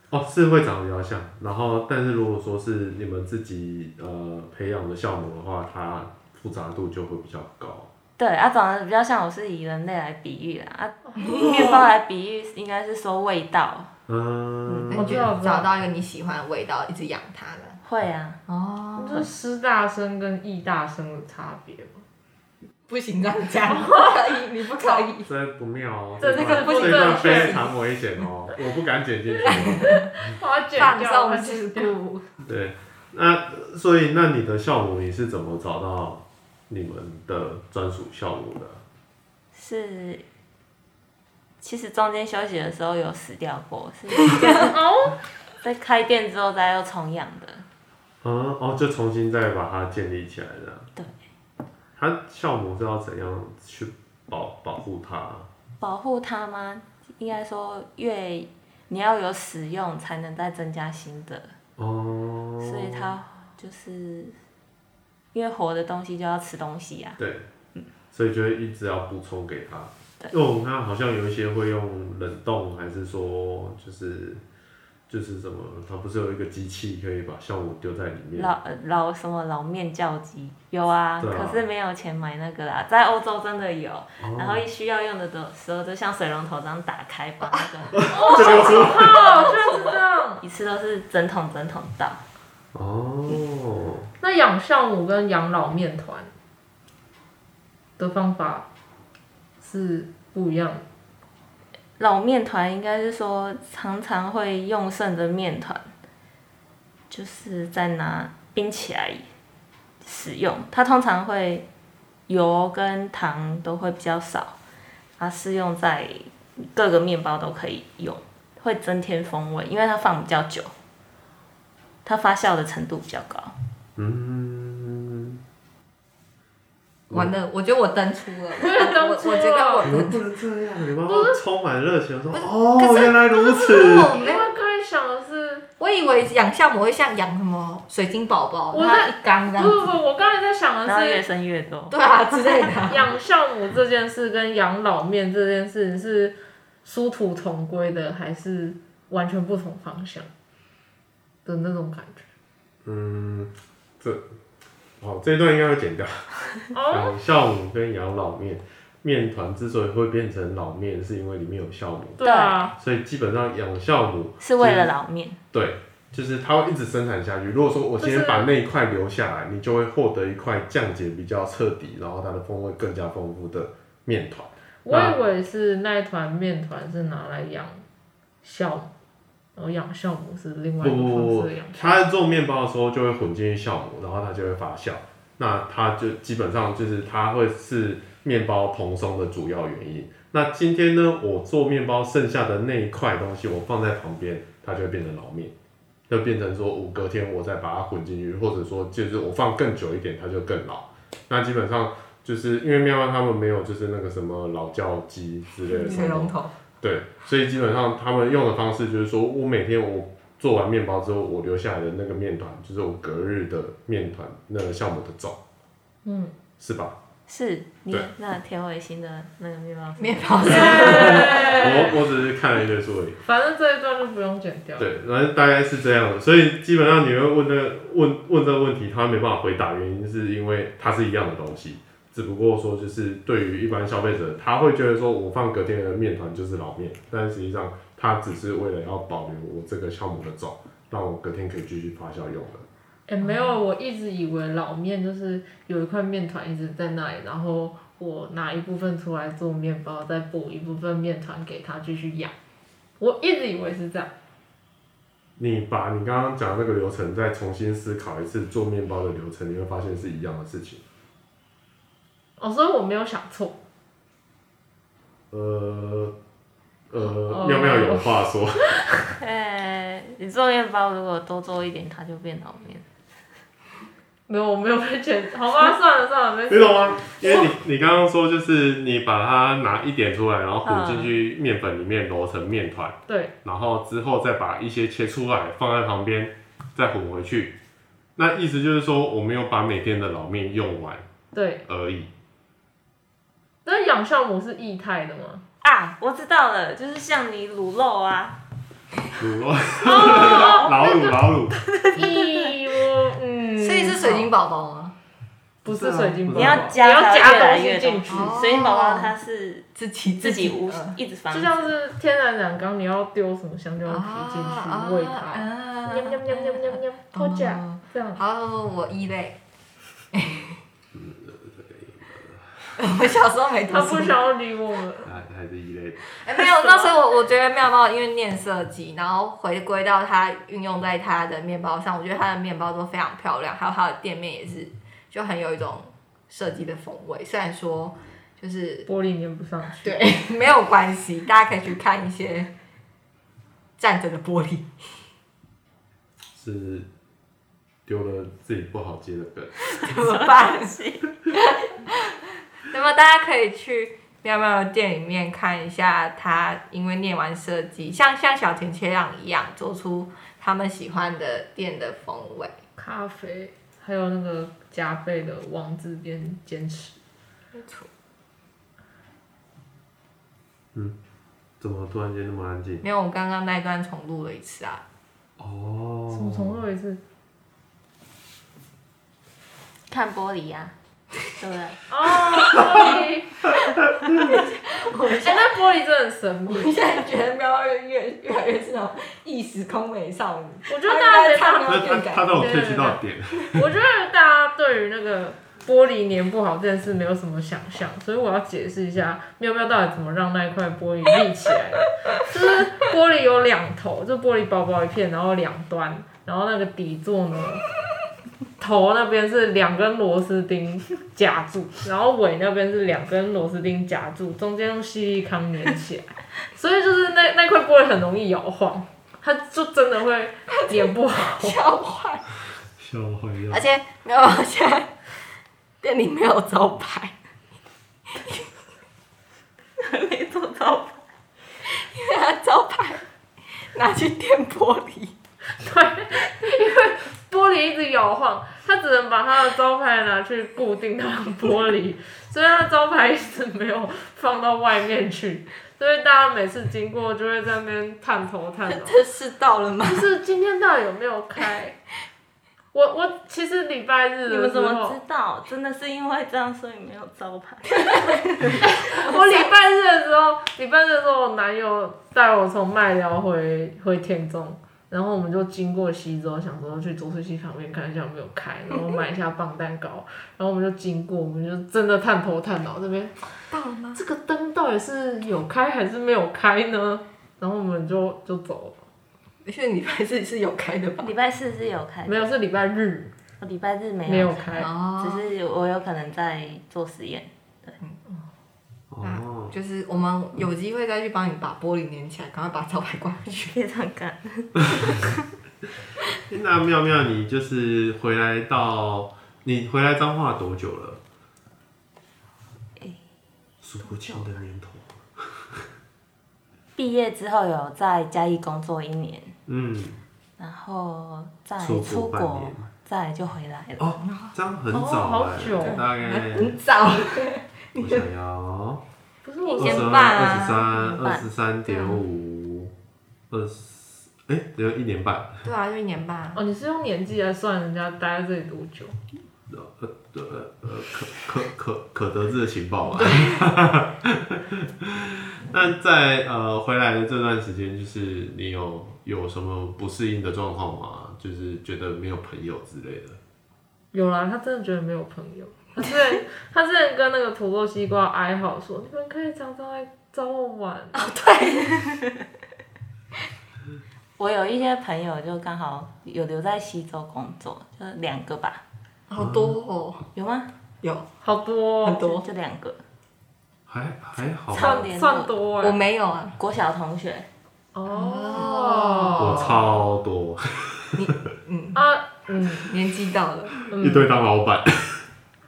D: 哦，是会长得比较像，然后但是如果说是你们自己呃培养的酵母的话，它复杂度就会比较高。
E: 对，啊，长得比较像，我是以人类来比喻啦，啊，面包来比喻应该是说味道，
D: 嗯，
A: 你就
C: 我知道
A: 找到一个你喜欢的味道，一直养它的。
E: 会啊，
A: 哦，
C: 就是师大生跟艺大生的差别嘛。
A: 不行，这样讲，不
C: 哦
A: 可 以，你不可以。
D: 这不妙哦，
C: 这
D: 这
C: 这个
D: 段
C: 不
D: 这段
C: 正确
D: 非常危险哦，我不敢剪进去哦。
C: 我要剪
A: 放
C: 掉，我
A: 纵
C: 要剪
A: 事
C: 掉
A: 故，
D: 对，那所以那你的酵母你是怎么找到你们的专属酵母的？
E: 是，其实中间休息的时候有死掉过，是。
C: 哦，
E: 在开店之后再又重养的，
D: 嗯，哦，就重新再把它建立起来的。
E: 对。
D: 它酵母是要怎样去保保护它？
E: 保护它吗？应该说越你要有使用，才能再增加新的，
D: 哦。
E: 所以它就是因为活的东西就要吃东西啊。
D: 对，所以就会一直要补充给他。因为我看好像有一些会用冷冻，还是说就是就是什么，它不是有一个机器可以把酵母丢在里面？
E: 老呃老什么老面教机有啊，
D: 对啊
E: 可是没有钱买那个啦，在欧洲真的有，
D: 哦
E: 然后一需要用的的时候，就像水龙头这样打开，把那个
D: 这个是
C: 哦，就是这样。
E: 一次都是整桶整桶倒。
D: 哦，
C: 那养酵母跟养老面团的方法是不一样的。
E: 老面团应该是说常常会用剩的面团，就是再拿冰起来使用。它通常会油跟糖都会比较少，它适用在各个面包都可以用，会增添风味，因为它放比较久，它发酵的程度比较高。
D: 嗯，
A: 完了，我觉得我登出了，
C: 我也登
A: 我
C: 出
A: 我觉得
C: 了
A: 我
D: 你们不能这样，你妈妈充满热情地说：“
A: 可
D: 哦，
A: 是
D: 原来如此。
A: 我哦没
C: 因
A: 有，
C: 为刚才想的是，
A: 我以为养酵母会像养什么水晶宝宝，
C: 我
A: 它
C: 在
A: 一缸这
C: 不
A: 样子，
C: 不不，我刚才在想
E: 然后
C: 的
E: 越
C: 是
E: 生越多。
A: 对啊之类的。
C: 养酵母这件事跟养老面这件事是殊途同归的，还是完全不同方向的那种感觉？”
D: 嗯，这哦这一段应该会剪掉。
C: 哦，
D: 养酵母跟养老面面团之所以会变成老面，是因为里面有酵母，
C: 对啊，
D: 所以基本上养酵母
E: 是为了老面，
D: 对，就是它会一直生产下去。如果说我今天
C: 就是
D: 把那一块留下来，你就会获得一块降解比较彻底，然后它的风味更加丰富的面团。
C: 我以为是那一团面团是拿来养酵母，然后养酵母是另
D: 不
C: 外一
D: 不
C: 个
D: 不
C: 方
D: 不
C: 式的养酵母。
D: 它在做面包的时候就会混进去酵母，然后它就会发酵。那它就基本上就是它会是面包蓬松的主要原因。那今天呢，我做面包剩下的那一块东西，我放在旁边，它就会变成老面，就变成说我隔天我再把它混进去，或者说就是我放更久一点，它就更老。那基本上就是因为面包他们没有就是那个什么老教机之类的什
A: 水
D: 么
A: 龙头，
D: 对，所以基本上他们用的方式就是说，我每天我做完面包之后，我留下来的那个面团，就是我隔日的面团那个酵母的种，
C: 嗯，
D: 是吧？
E: 是你
D: 对
E: 那田伟新的那个面包。
A: 面包是
D: 我我只是看了一堆书而已。
C: 反正这一段就不用剪掉。
D: 对，然后大概是这样的，所以基本上你会问那个问问这个问题，他没办法回答，原因是因为它是一样的东西，只不过说就是对于一般消费者，他会觉得说我放隔天的面团就是老面，但实际上它只是为了要保留我这个酵母的种，让我隔天可以继续发酵用的。
C: 哎、没有，我一直以为老面就是有一块面团一直在那里，然后我拿一部分出来做面包，再补一部分面团给它继续养。我一直以为是这样，
D: 你把你刚刚讲的那个流程再重新思考一次做面包的流程，你会发现是一样的事情。
C: 哦，所以我没有想错。
D: 呃呃
C: 哦，
D: 妙妙有话说，
E: 哎，你做面包如果多做一点，它就变老面。
C: 没有，我没有被剪，好吧，算了算了，没
D: 你
C: 事。
D: 懂吗？因为你你刚刚说就是你把它拿一点出来，然后混
E: 嗯
D: 进去面粉里面揉成面团，
C: 对，
D: 然后之后再把一些切出来放在旁边，再混回去。那意思就是说，我没有把每天的老面用完
C: 对，
D: 而已。
C: 那养酵母是液态的吗？
E: 啊，我知道了，就是像你卤肉啊，
D: 卤肉， 老 卤老卤，
C: 咦，我嗯，
A: 所以是水晶宝宝吗？
C: 不是水晶
D: 不
C: 宝
D: 是
C: 宝，
D: 啊
E: 你要
C: 你
E: 加
C: 要
E: 它
C: 加
E: 越来
C: 东西
E: 越
C: 进
E: 进
C: 去
E: 去。
A: 哦
E: 水晶宝宝它是
A: 自己
E: 自己无
A: 呃
E: 一直放，
C: 就像是天然染缸，你要丢什么香蕉皮呃进
A: 啊
C: 去喂它，
A: 啊
C: 喵喵喵喵喵喵，脱甲
A: 哦
C: 这样。
A: 好，我一类。我小时候没读
C: 他
A: 书
C: 不，想要理我们。
D: 还还是一类的。
A: 哎没有。那时候我我觉得妙包因为念设计，然后回归到它运用在它的面包上，我觉得它的面包都非常漂亮，还有它的店面也是，就很有一种设计的风味。虽然说就是
C: 玻璃粘不上去。
A: 对没有关系，大家可以去看一些站着的玻璃。
D: 是丢了自己不好接的梗。
A: 怎么办？那么大家可以去喵喵的店里面看一下，他因为念完设计，像像小田切让一样，做出他们喜欢的店的风味。
C: 咖啡，还有那个加倍的王字边坚持。
A: 没错
D: 怎么突然间那么安静？
A: 没有，我刚刚那一段重录了一次啊。
D: 哦，
C: 什么重录一次？
E: 看玻璃呀、对啊不对？
C: 哦，玻璃。 哎，那玻璃真的很神秘。
A: 我现在觉得喵越越越来越是那种异时空美少女。
C: 我觉得大家得
A: 她应该唱
D: 那
A: 喵
D: 他
A: 更
D: 他
A: 感
D: 让我退去到 点，
C: 我觉得大家对于那个玻璃粘不好这件事没有什么想象，所以我要解释一下喵喵到底怎么让那一块玻璃立起来的。就是玻璃有两头，就玻璃薄薄一片，然后两端，然后那个底座呢，头那边是两根螺丝钉夹住，然后尾那边是两根螺丝钉夹住，中间用细粒康粘起来，所以就是那那块玻璃很容易摇晃，它就真的会粘不好。
A: 笑坏。
D: 笑坏掉
A: 而。且没有，现在 店里没有招牌，没做招牌，因为他招牌拿去垫玻璃，
C: 对，因为玻璃一直摇晃，他只能把他的招牌拿去固定到玻璃，所以他的招牌一直没有放到外面去，所以大家每次经过就会在那边探头探脑，
A: 这是到了吗？
C: 就是今天到底有没有开？我我其实礼拜日
E: 你
C: 的
E: 们
C: 时
E: 怎么
C: 候
E: 知，道？真的是因为这样，所以没有招牌。
C: 我礼拜日的时候，礼拜日的时候，我男友带我从麦寮回回田中，然后我们就经过西周，想说去浊水溪旁边看一下有没有开，然后买一下棒蛋糕，然后我们就经过，我们就真的探头探脑这边，
A: 到了吗？
C: 这个灯到底是有开还是没有开呢？然后我们就就走
A: 因为礼拜四是有开的吧？
E: 礼拜四是有开
C: 了，没，有是礼拜日
E: 我礼拜日没
C: 没有
E: 有
C: 开，
A: 哦
E: 只是我有可能在做实验。
D: 哦，
A: 就是我们有机会再去帮你把玻璃粘起来，赶快把招牌挂回去。
E: 非常干，
D: 那妙妙，你就是回来到你回来彰化多久了？哎数不清的年头。
E: 毕业之后有在嘉义工作一年，
D: 嗯，
E: 然后再
D: 出国
E: 出
D: 半
E: 国
D: 年，
E: 再就回来了。
D: 哦，这样很
C: 哦
D: 早
C: 好
D: 哎、
C: 久
D: 大概
A: 很早，
D: 我想要
C: 不是我
D: 二
E: 一
D: 十
E: 年
D: 二、
E: 半
D: 二十
E: 啊
D: 三、二十三点五、二十，哎，只有一年半，
A: 对啊，就一年半。
C: 哦，你是用年纪来算人家待在这里多久？
D: 呃呃，可可可可得知的情报嘛。 那在呃回来的这段时间，就是你有有什么不适应的状况吗？就是觉得没有朋友之类的。
C: 有啦，他真的觉得没有朋友。他之前他之前跟那个土豆西瓜哀嚎说：“你们可以常常来找我玩。
E: 我有一些朋友就刚好有留在西州工作，就两个吧，
A: 好多哦，
E: 有吗？
A: 有”
C: 好多、
A: 很
C: 哦，
A: 多，
E: 就两个。
D: 还还好吧，
E: 超
C: 算算多哎、
A: 我没有啊。
E: 国小同学，
D: 我
C: 哦，
D: 超多，
C: 啊，嗯，
A: 年纪到了，啊
D: 一堆当老板，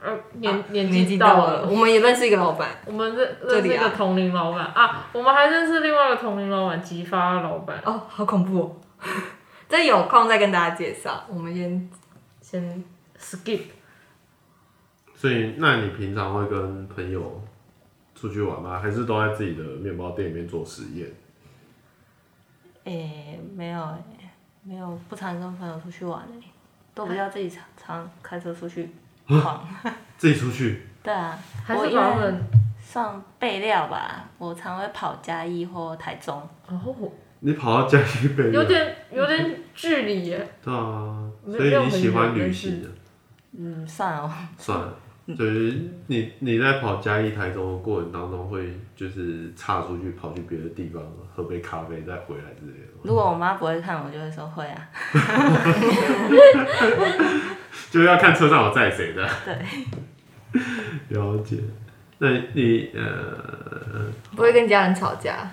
C: 呃，年
A: 年
C: 年
A: 纪
C: 纪
A: 到
C: 到
A: 了，
C: 了，
A: 我们也认识一个老板，
C: 我们认
A: 这
C: 认识
A: 里
C: 一
A: 啊
C: 个同龄老板啊，我们还认识另外一个同龄老板，吉发老板。
A: 哦，好恐怖、哦！ 这有空再跟大家介绍。我们先
C: 先 skip，
D: 所以那你平常会跟朋友出去玩吗？还是都在自己的面包店里面做实验？
E: 诶、没有诶、没有不常跟朋友出去玩诶、都比较自己常常开车出去晃。
D: 自己出去
E: 对啊，
C: 还
E: 我
C: 是
E: 因
C: 把我
E: 为
C: 们
E: 上备料吧，我常会跑嘉义或台中。
C: 哦，
D: 你跑到嘉义北
C: 有
D: 边，
C: 点有点距离耶，
D: 对啊，
C: 没
D: 所以你喜欢旅行啊的，
E: 嗯，算了，
D: 算了，
C: 嗯
D: 就是你你在跑嘉义、台中的过程当中，会就是岔出去跑去别的地方喝杯咖啡再回来之类的吗，
E: 如果我妈不会看，我就会说会啊。
D: 就是要看车上有载谁 的。对，了解。那你呃，
A: 不会跟家人吵架，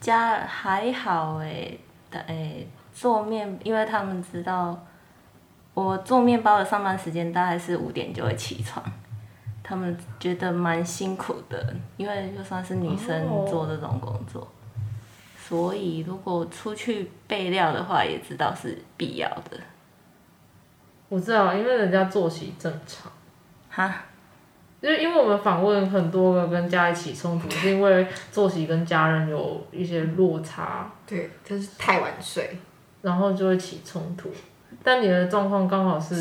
E: 家还好诶、但诶、做面，因为他们知道我做面包的上班时间大概是五点就会起床，他们觉得蛮辛苦的，因为就算是女生
C: 哦
E: 做这种工作，所以如果出去备料的话，也知道是必要的。
C: 我知道，因为人家作息正常，
E: 哈，
C: 就是因为我们访问很多个跟家里起冲突，是因为作息跟家人有一些落差，
A: 对，就是太晚睡，
C: 然后就会起冲突。但你的状况刚好是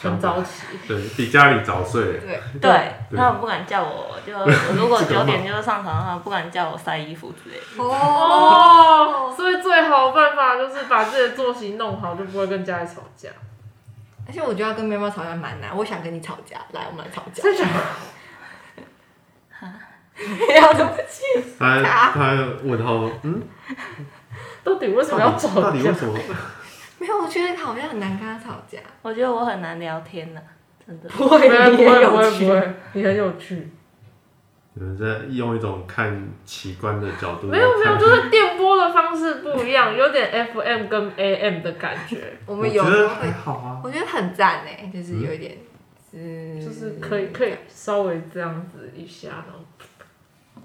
C: 很早起，
D: 对比家里早睡，
A: 对，
E: 对，
D: 对
E: 他们不敢叫我，就我如果
D: 这个
E: 九
D: 吗
E: 点就上床的话，不敢叫我晒衣服之类
A: 哦，
E: 的。
C: 哦，所以最好的办法就是把自己的作息弄好，就不会跟家里吵架。
A: 而且我觉得要跟喵喵吵架蛮难，我想跟你吵架，来，我们来吵 架，
C: 真的假的
A: 要对不起，
D: 他
C: 啊
D: 他问号，嗯，
C: 到底为什么要啊吵
D: 到底
C: 架
D: 为？什么？
A: 没有，我觉得好像很难跟他吵架，
E: 我觉得我很难聊天的，真的。
A: 不会，
C: 不会
A: 你
C: 不
A: 也
C: 会不
A: 有
C: 会不
A: 趣，
C: 会，你很有趣。
D: 你们在用一种看奇观的角 度，
C: 没有没有，就是电波的方式不一样，有点 FM 跟 AM 的感觉，
A: 我
D: 我
A: 们有
D: 觉
A: 时
D: 得
A: 候
D: 还
A: 会，
D: 好啊，
A: 我觉得很赞诶，就是有一点，嗯，
C: 就是可以可以稍微这样子一下，然后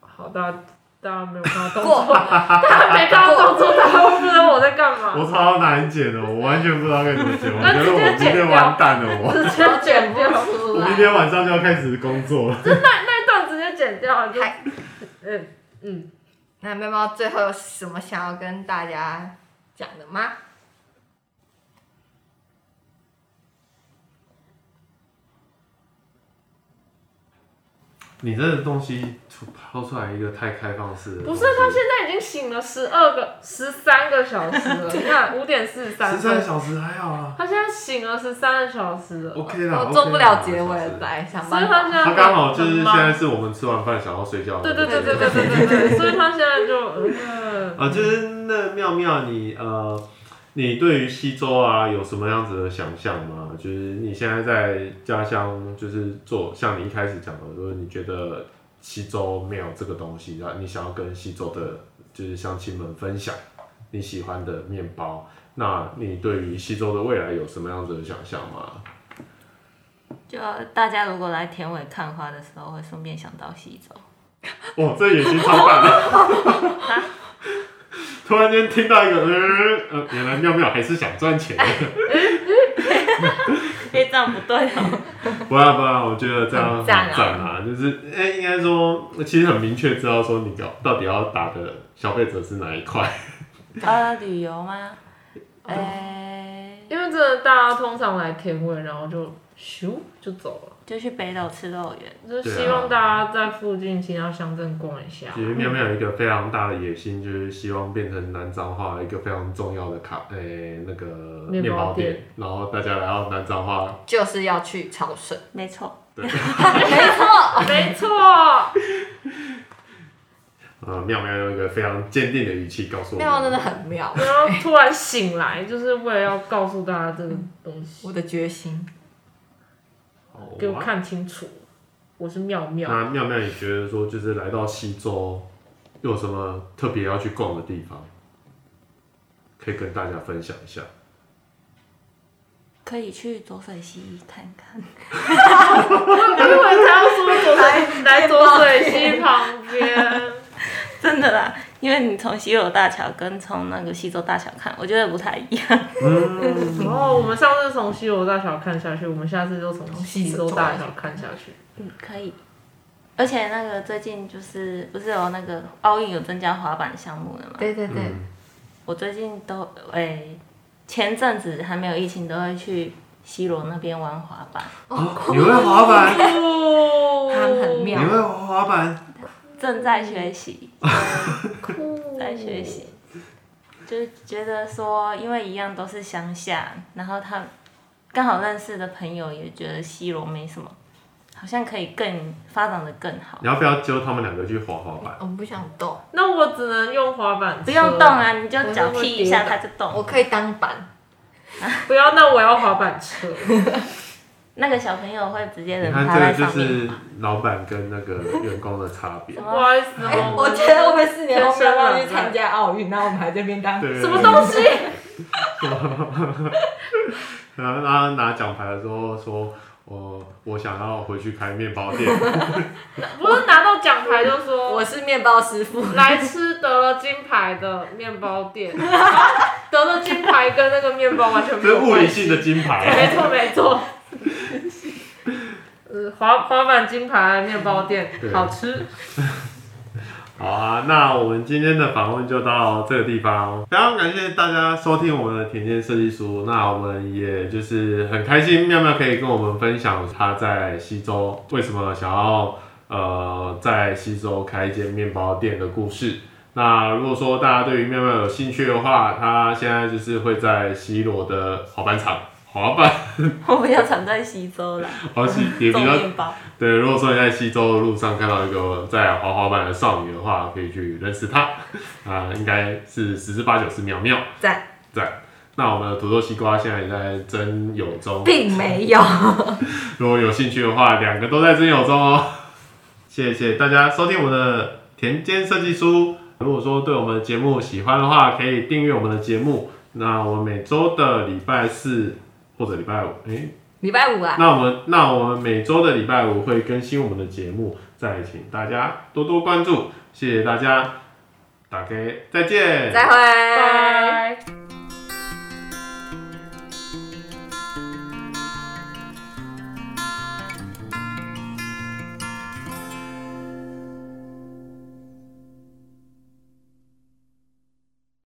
C: 好，大家大家没有看到动
A: 过
C: 作，
A: 吧，
C: 大家没看到动作，大家会不知道我在干嘛，
D: 我超难剪的，我完全不知道该怎么剪，我
C: 那
D: 觉
C: 直
D: 得
C: 接
D: 我今天
C: 剪
D: 完蛋了，我
C: 直接剪掉，
A: 出
D: 我
A: 来
D: 明。天晚上就要开始工作了。
C: 那一段直接剪掉，就
A: 嗨
C: 嗯嗯，
A: 那喵喵最后有什么想要跟大家讲的吗？
D: 你这个东西出抛出来一个太开放式的东
C: 不
D: 西，
C: 是，他现在已经醒了十二个十三个小时 了，你看五点四十三
D: 十三
C: 分，
D: 小时还好啊
C: 他现在醒了十三个小时了。
D: ，OK 啦，
A: 我做不了
D: 啊 OK 啦
A: 结尾了，。来想办
C: 所以
A: 法
C: 他现。在
D: 他刚好就是
C: 很
D: 现
C: 忙
D: 在是我们吃完饭想要睡觉
C: 对对
D: 的那
C: 对
D: 个
C: 对
D: 时间，
C: 对对对对对，所以他现在就嗯，
D: 啊，就是那妙妙你呃，你对于西周啊有什么样子的想象吗？就是你现在在家乡，就是做像你一开始讲的，就是你觉得西周没有这个东西，然后你想要跟西周的，就是乡亲们分享你喜欢的面包。那你对于西周的未来有什么样子的想象吗？
E: 就大家如果来田尾看花的时候，会顺便想到西 周。
D: 哇，这野心超大了！ 突然间听到一个，呃，呃原来妙妙还是想赚钱。
E: 哎，这样不对哦。
D: 不然不然，我觉得这样很
A: 很赞
D: 赞
A: 啊
D: 啊！就是哎、应该说，其实很明确知道说你搞到底要打的消费者是哪一块。
E: 呃，旅游 吗？嗯哎，
C: 因为真的大家通常来天尾，然后就咻就走了，
E: 就去北斗吃肉圆。
C: 就是希望大家在附近其他乡镇逛一下。
D: 其实妙妙有一个非常大的野心，就是希望变成南彰化一个非常重要的卡，哎、那个
C: 面包
D: 面包
C: 店
D: 店，然后大家来到南彰化，
A: 就是要去超市，
E: 没错，
C: 哦没错，
D: 呃，妙妙用一个非常坚定的语气告诉我
A: 妙妙真的
D: 们，
A: 很妙，
C: 然后突然醒来，就是为了要告诉大家这个东西，
A: 我的决心。
D: 好
C: 给我
D: 啊
C: 看清楚，我是妙妙。
D: 那妙妙，你觉得说就是来到西周有什么特别要去逛的地方，可以跟大家分享一下？
E: 可以去浊水溪看看。
C: 我以为他要说左水来左水溪旁边，
E: 真的啦，因为你从西螺大桥跟从那个西周大桥看，我觉得不太一样。
C: 然后我们上次从西罗大桥看下去，我们下次就从西周大桥看下去。
E: 嗯，可以。而且那个最近就是不是有那个奥运有增加滑板项目了吗？
A: 对对对，
D: 嗯
E: 我最近都诶、前阵子还没有疫情，都会去西罗那边玩滑板。
D: 哦，你会 滑板？
C: 哦，
A: 他很妙
D: 你会滑板？
E: 正在学习，
D: 嗯
C: 酷
E: 在学习，就是觉得说，因为一样都是乡下，然后他刚好认识的朋友也觉得西罗没什么，好像可以更发展的更好。
D: 你要不要揪他们两个去滑滑板？
A: 我不想动，
C: 那我只能用滑板车，
E: 不用动啊，你就脚
C: 我会
E: 踢
C: 跌
E: 一下
C: 倒
E: 它就动
A: 我。可以当板，
C: 不要，那我要滑板车。
E: 那个小朋友会直接
D: 你
E: 人
D: 看
E: 趴
D: 这
E: 在
D: 个就
E: 上面。
D: 是老板跟那个员工的差别
E: 什。
C: 不好意思
A: 哎、
C: 哦，
A: 我觉得我们四年后妙妙去参加奥运，然后我们还在那边当
D: 对，
C: 什么东西？
D: 然后他拿奖牌的时候说：“我我想要回去开面包店。
C: 不是拿到奖牌就说
A: 我是面包师傅，
C: 来吃得了金牌的面包店，得了金牌跟那个面包完全没
D: 这
C: 有
D: 是物理
C: 关系。
D: 性的 金
C: 没
D: 牌。
C: 错没错。呃，滑滑板金牌面包店
D: 对
C: 好吃，
D: 好啊，那我们今天的访问就到这个地方，非常感谢大家收听我们的田间设计书。那我们也就是很开心，妙妙可以跟我们分享她在西周为什么想要呃在西周开一间面包店的故事。那如果说大家对于妙妙有兴趣的话，她现在就是会在西罗的滑板场滑板，
E: 我比较常在西周啦，
D: 好西也
E: 种
D: 比较
E: 面包。
D: 对，如果说你在西周的路上看到一个在滑滑板的少女的话，可以去认识她，啊、应该是十之八九是妙妙。
A: 赞
D: 赞。那我们的土豆西瓜现在也在真友中，
A: 并没有。
D: 如果有兴趣的话，两个都在真友中哦。谢谢大家收听我们的田间设计书。如果说对我们的节目喜欢的话，可以订阅我们的节目。那我们每周的礼拜四或者礼拜五，诶、
A: 礼拜五啊，
D: 那我们那我们每周的礼拜五会更新我们的节目，再请大家多多关注，谢谢大家，大家再见，
A: 再会。
C: 拜。